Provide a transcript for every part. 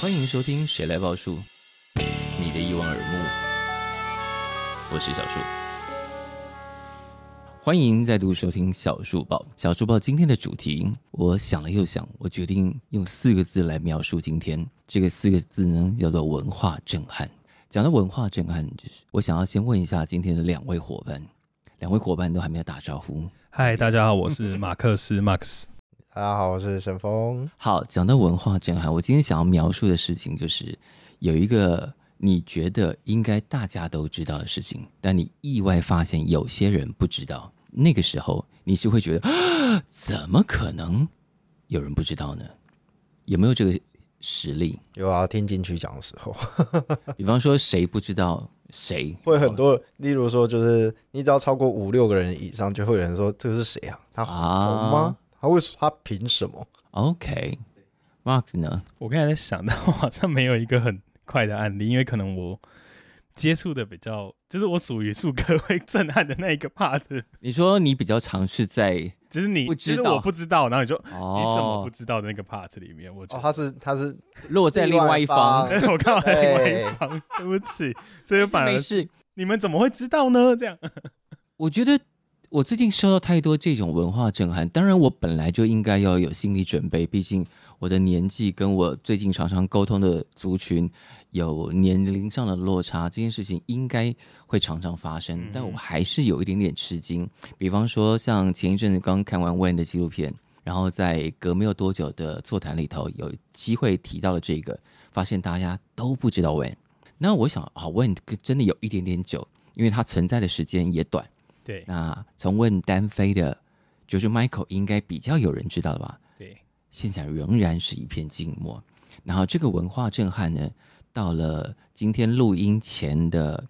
欢迎收听《谁来报数》，你的一望而目，我是小树。欢迎再度收听小树报。小树报今天的主题，我想了又想，我决定用四个字来描述今天。这个四个字呢，叫做文化震撼。讲到文化震撼，就是我想要先问一下今天的两位伙伴，两位伙伴都还没有打招呼。嗨，大家好，我 是马克思 Max。大家好，我是沈峰。好，讲到文化震撼，我今天想要描述的事情就是有一个你觉得应该大家都知道的事情，但你意外发现有些人不知道。那个时候你是会觉得，啊怎么可能有人不知道呢？有没有这个实力？有啊，听金曲奖的时候比方说，谁不知道谁？ 会很多，例如说，就是你只要超过五六个人以上，就会有人说这个是谁啊？他红啊吗？他为什他凭什么？ OK，Mark 呢？我刚才在想到，好像没有一个很快的案例，因为可能我接触的比较，就是我属于数科会震撼的那一个 part， 你说你比较尝试在就是你，不知其道实我不知道，然后你就、你怎么哦不，知道的那个 part 里面，我觉哦，得。他是他是落在另外一方， 但是我刚好在另外一方，对不起，所以反而没事。你们怎么会知道呢？ 这样，我觉得我最近受到太多这种文化震撼。当然，我本来就应该要有心理准备，毕竟我的年纪跟我最近常常沟通的族群有年龄上的落差，这件事情应该会常常发生嗯。但我还是有一点点吃惊。比方说，像前一阵子刚看完 Wayne 的纪录片，然后在隔没有多久的座谈里头，有机会提到了这个，发现大家都不知道 Wayne。那我想啊，Wayne 真的有一点点久，因为它存在的时间也短。对那从问单飞的，就是 Michael 应该比较有人知道了吧？对，现场仍然是一片静默。然后这个文化震撼呢，到了今天录音前的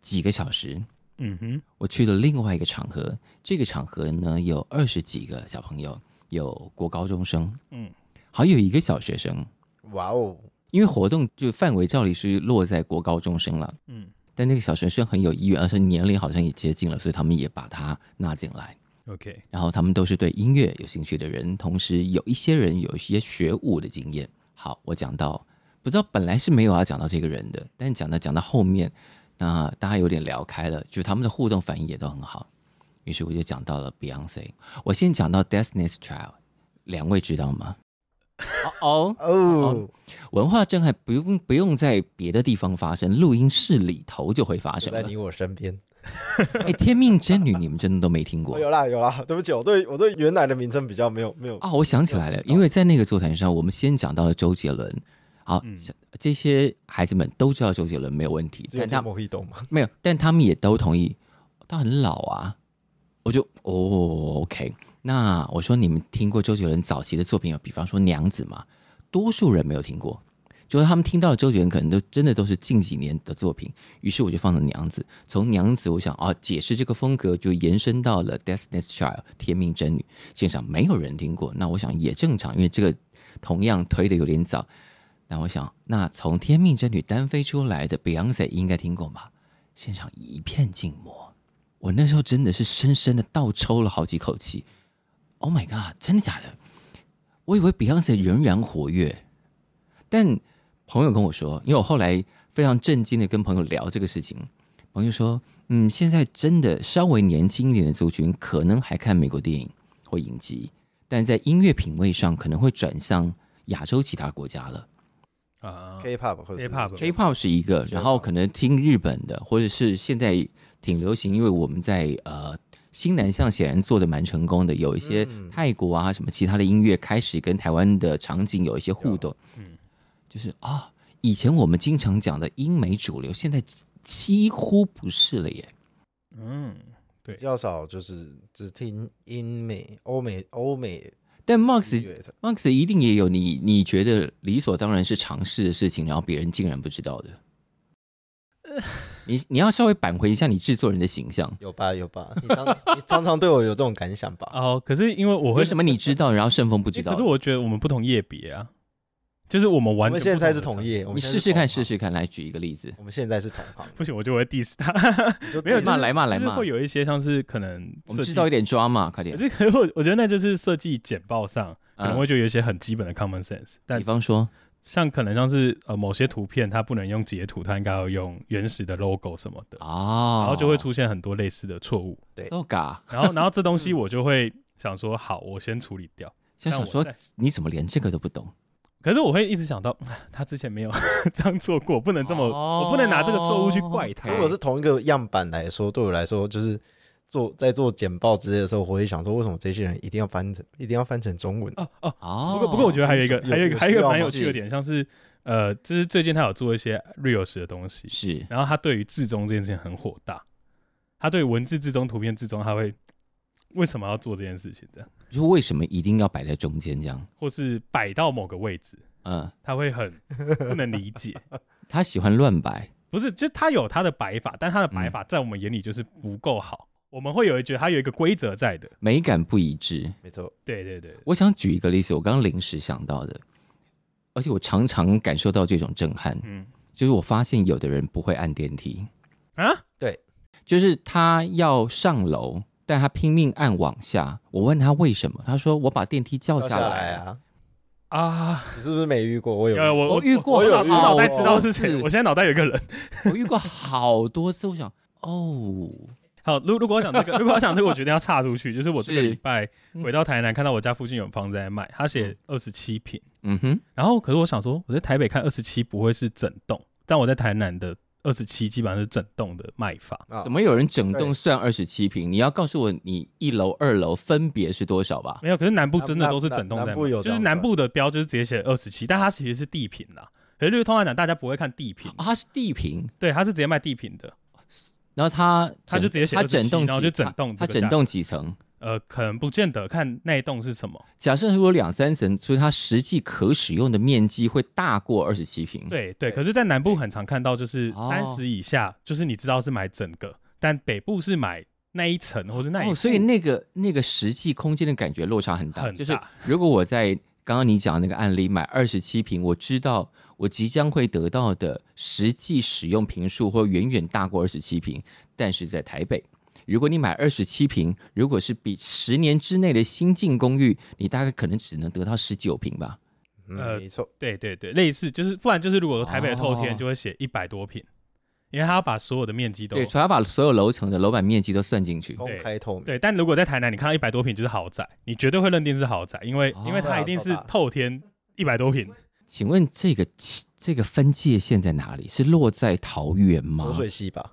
几个小时，嗯哼，我去了另外一个场合，这个场合呢有二十几个小朋友，有国高中生，嗯，还有一个小学生，哇哦，因为活动就范围照理是落在国高中生了，嗯，但那个小学生很有意愿，而且年龄好像也接近了，所以他们也把他纳进来。 ，OK，然后他们都是对音乐有兴趣的人，同时有一些人有一些学舞的经验。好，我讲到不知道本来是没有要讲到这个人的，但讲到讲到后面，那大家有点聊开了，就他们的互动反应也都很好，于是我就讲到了 Beyonce。我先讲到 Destiny's Child，两位知道吗？哦哦，文化震撼不用不用在别的地方发生，录音室里头就会发就生在了。你我身边。哎，天命真女，你们真的都没听 过哦，？有啦有啦， 对不起，我对我对原来的名称比较没有没有。啊，我想起来了，因为在那个座谈上，我们先讲到了周杰伦。好，嗯想这些孩子们都知道周杰伦没有问题，只有但听他某一懂吗？没有，但他们也都同意，他很老啊。我就哦，OK。那我说你们听过周杰伦早期的作品吗？比方说《娘子》嘛，多数人没有听过，就是他们听到的周杰伦可能都真的都是近几年的作品。于是我就放了《娘子》，从《娘子》我想啊，解释这个风格就延伸到了《Destiny's Child》天命真女，现场没有人听过，那我想也正常，因为这个同样推的有点早。那我想，那从天命真女单飞出来的 Beyonce 应该听过吧？现场一片静默。我那时候真的是深深的倒抽了好几口气。Oh my god！真的假的？我以为 Beyonce 仍然活跃，但朋友跟我说，因为我后来非常震惊的跟朋友聊这个事情，朋友说，嗯，现在真的稍微年轻一点的族群可能还看美国电影或影集，但在音乐品味上可能会转向亚洲其他国家了。啊 K-pop 或者是 K-pop J-pop 是一个，然后可能听日本的，或者是现在挺流行，因为我们在呃新南向显然做的蛮成功的，有一些嗯泰国啊什么其他的音乐开始跟台湾的场景有一些互动，嗯就是啊，以前我们经常讲的英美主流，现在几几乎不是了耶。嗯，对比较少，就是只听英美、欧美、欧美但 Max 音乐的。 Max 一定也有你你觉得理所当然是尝试的事情，然后别人竟然不知 道的。你你要稍微扳回一下你制作人的形象。有吧有吧，你常 你常常对我有这种感想吧？哦，可是因为我会为什么你知道，然后顺丰不知欸道？可是我觉得我们不同业别啊，就是我们我完们全现在不是同同的业，我你们现在试是试看，同试行，试看，来举一个例子，我们现在是同行，不行，我就会 diss 他，你就没有自己骂来骂来就是骂会，有一些像是可能我们设制计造一点 drama，快点可。是可是我我觉得那就是设计简报上可能嗯会就有一些很基本的 common sense，、但比方说，像可能像是呃某些图片它不能用截图，它应该要用原始的 logo 什么的，哦，然后就会出现很多类似的错误。 so ga。然后然后这东西我就会想说，好，我先处理掉。就但想我说在你怎么连这个都不懂？可是我会一直想到，啊他之前没有 这样做过，不能这么，我不能拿这个错误去怪他。哦如果是同一个样板来说，对我来说就是做在做简报之类的时候，我会想说，为什么这些人一定要翻成一定要翻成中文？哦哦，哦，不过不过我觉得还有一个有还有一个有还有一需个要蛮吗有趣的是点，像是呃，就是最近他有做一些 reels 的东西，是然后他对于至中这件事情很火大，他对文字至中、图片至中，他会为什么要做这件事情这样，就为什么一定要摆在中间这样？或是摆到某个位置，嗯，他会 很不能理解。他喜欢乱摆，不是，就他有他的摆法，但他的嗯摆法在我们眼里就是不够好，我们会有一觉得他有一个规则在的。美感不一致。没错，对对对，我想举一个例子，我刚刚临时想到的，而且我常常感受到这种震撼，嗯就是我发现有的人不会按电梯，啊，就是他要上楼，但他拼命按往下。我问他为什么，他说我把电梯叫掉哦下下来来了。啊！啊，你是不是没遇过？我有遇呃，过，我我遇过我有我遇过脑袋知道是我谁，是我现在脑袋有一个人。我遇过好多次，我想哦，好，如如果我讲 这个，如果我讲这个，我决定要岔出去。就是我这个是礼拜回到台南，看到我家附近有房子在卖，他写二十七平，嗯哼，然后可是我想说，我在台北看二十七不会是整栋，但我在台南的二十七基本上是整栋的卖法。啊怎么有人整对栋算二十七平？你要告诉我你一楼、二楼分别是多少吧？啊没有，可是南部真的南都是南整栋在南卖，部有这就是样南算部的标就是直接写二十七，但它其实是地平啦。可是就是通常讲大家不会看地平，啊，它是地平，对，它是直接卖地平的，然后它它就直接写它整栋27然后几就整栋它这个整价栋几层？呃，可能不见得看那一栋是什么。假设如果两三层，所以它实际可使用的面积会大过二十七平。，对对，对可是，在南部很常看到就是哦三十以下，就是你知道是买整个，但北部是买那一层或者那一户哦，所以那个那个实际空间的感觉落差很大。很大就是如果我在刚刚你讲的那个案例买二十七平，我知道我即将会得到的实际使用平数会远远大过二十七平，但是在台北。如果你买二十七平，如果是比十年之内的新进公寓，你大概可能只能得到十九平吧。嗯呃没错，对对对，类似就是，不然就是如果说台北的透天哦就会写一百多平，因为它要把所有的面积都对，除要把所有楼层的楼板面积都算进去。公开透明，对，但如果在台南，你看到一百多平就是豪宅，你绝对会认定是豪宅，因为、哦因为它一定是透天一百多平，请问这个起这个分界线在哪里？是落在桃园吗浊？水溪吧？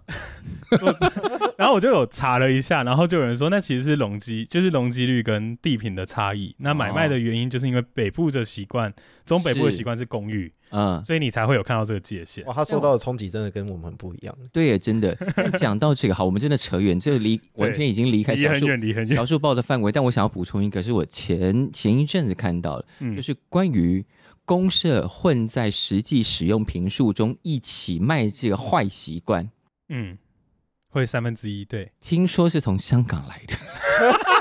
然后我就有查了一下，然后就有人说那其实是容积，就是容积率跟地平的差异。那买哦卖的原因就是因为北部的习惯，中北部的习惯是公寓，嗯，所以你才会有看到这个界限。哦哇，他受到的冲击真的跟我们不一样。对耶，真的。但讲到这个，好，我们真的扯远，这 离完全已经离开离小很数远，离很远小。数报的范围。但我想要补充一个，是我前前一阵子看到的，嗯就是关于公社混在实际使用频数中一起卖这个坏习惯，嗯，会三分之一对。听说是从香港来的。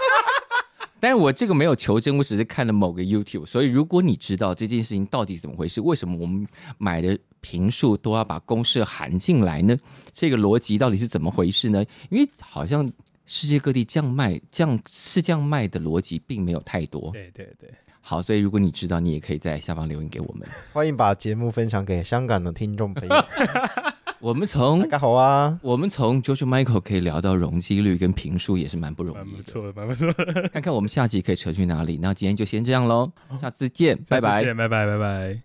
但是我这个没有求证，我只是看了某个 YouTube，所以如果你知道这件事情到底怎么回事，为什么我们买的平数都要把公社含进来呢？这个逻辑到底是怎么回事呢？因为好像世界各地这样卖，这样是这样卖的逻辑并没有太多。对对对，好，所以如果你知道，你也可以在下方留言给我们。 欢迎把节目分享给香港的听众朋友，我们大从家好啊！我们从 George Michael 可以聊到容积率跟平数，也是蛮不容蛮易不的。错的，蛮不错的。看看我们下集可以扯去哪里。那今天就先这样喽，下次见，拜下次拜。见拜拜，拜拜。